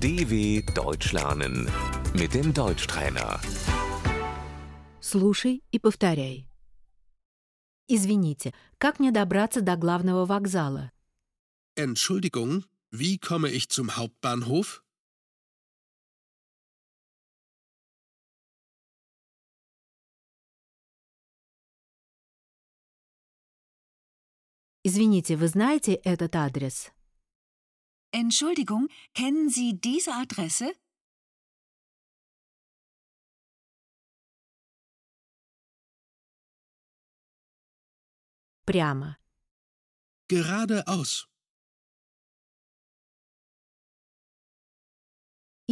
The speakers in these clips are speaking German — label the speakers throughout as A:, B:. A: DW Deutsch lernen mit dem Deutschtrainer.
B: Слушай и повторяй. Извините, как мне добраться до главного вокзала?
C: Entschuldigung, wie komme ich zum Hauptbahnhof?
B: Извините, вы знаете этот адрес?
D: Entschuldigung, kennen Sie diese Adresse?
B: Прямо.
C: Geradeaus.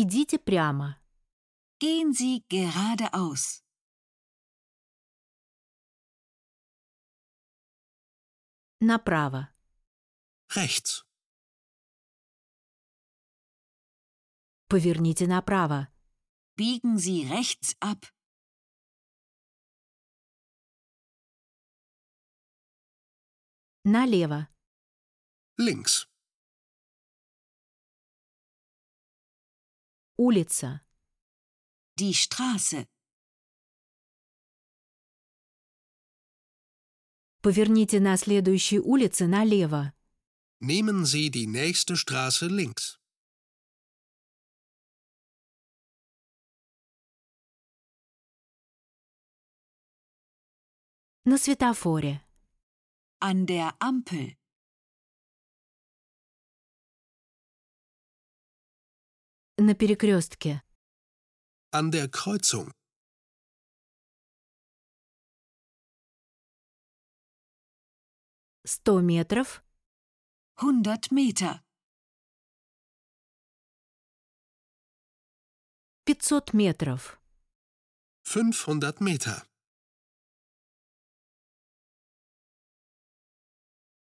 B: Идите прямо.
D: Gehen Sie geradeaus.
B: Направо.
C: Rechts.
B: Поверните направо.
D: Biegen Sie rechts ab.
B: Налево.
C: Links.
B: Улица.
D: Die Straße.
B: Поверните на следующей улице налево.
C: Nehmen Sie die nächste Straße links.
B: На светофоре.
D: An der Ampel.
B: На перекрестке.
C: An der Kreuzung.
B: Сто метров.
D: 100 Meter.
B: Пятьсот метров.
C: 500 Meter.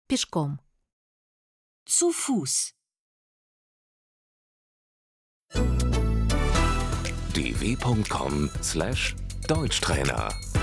B: Пешком.
D: Zu Fuß.
A: dw.com/deutschtrainer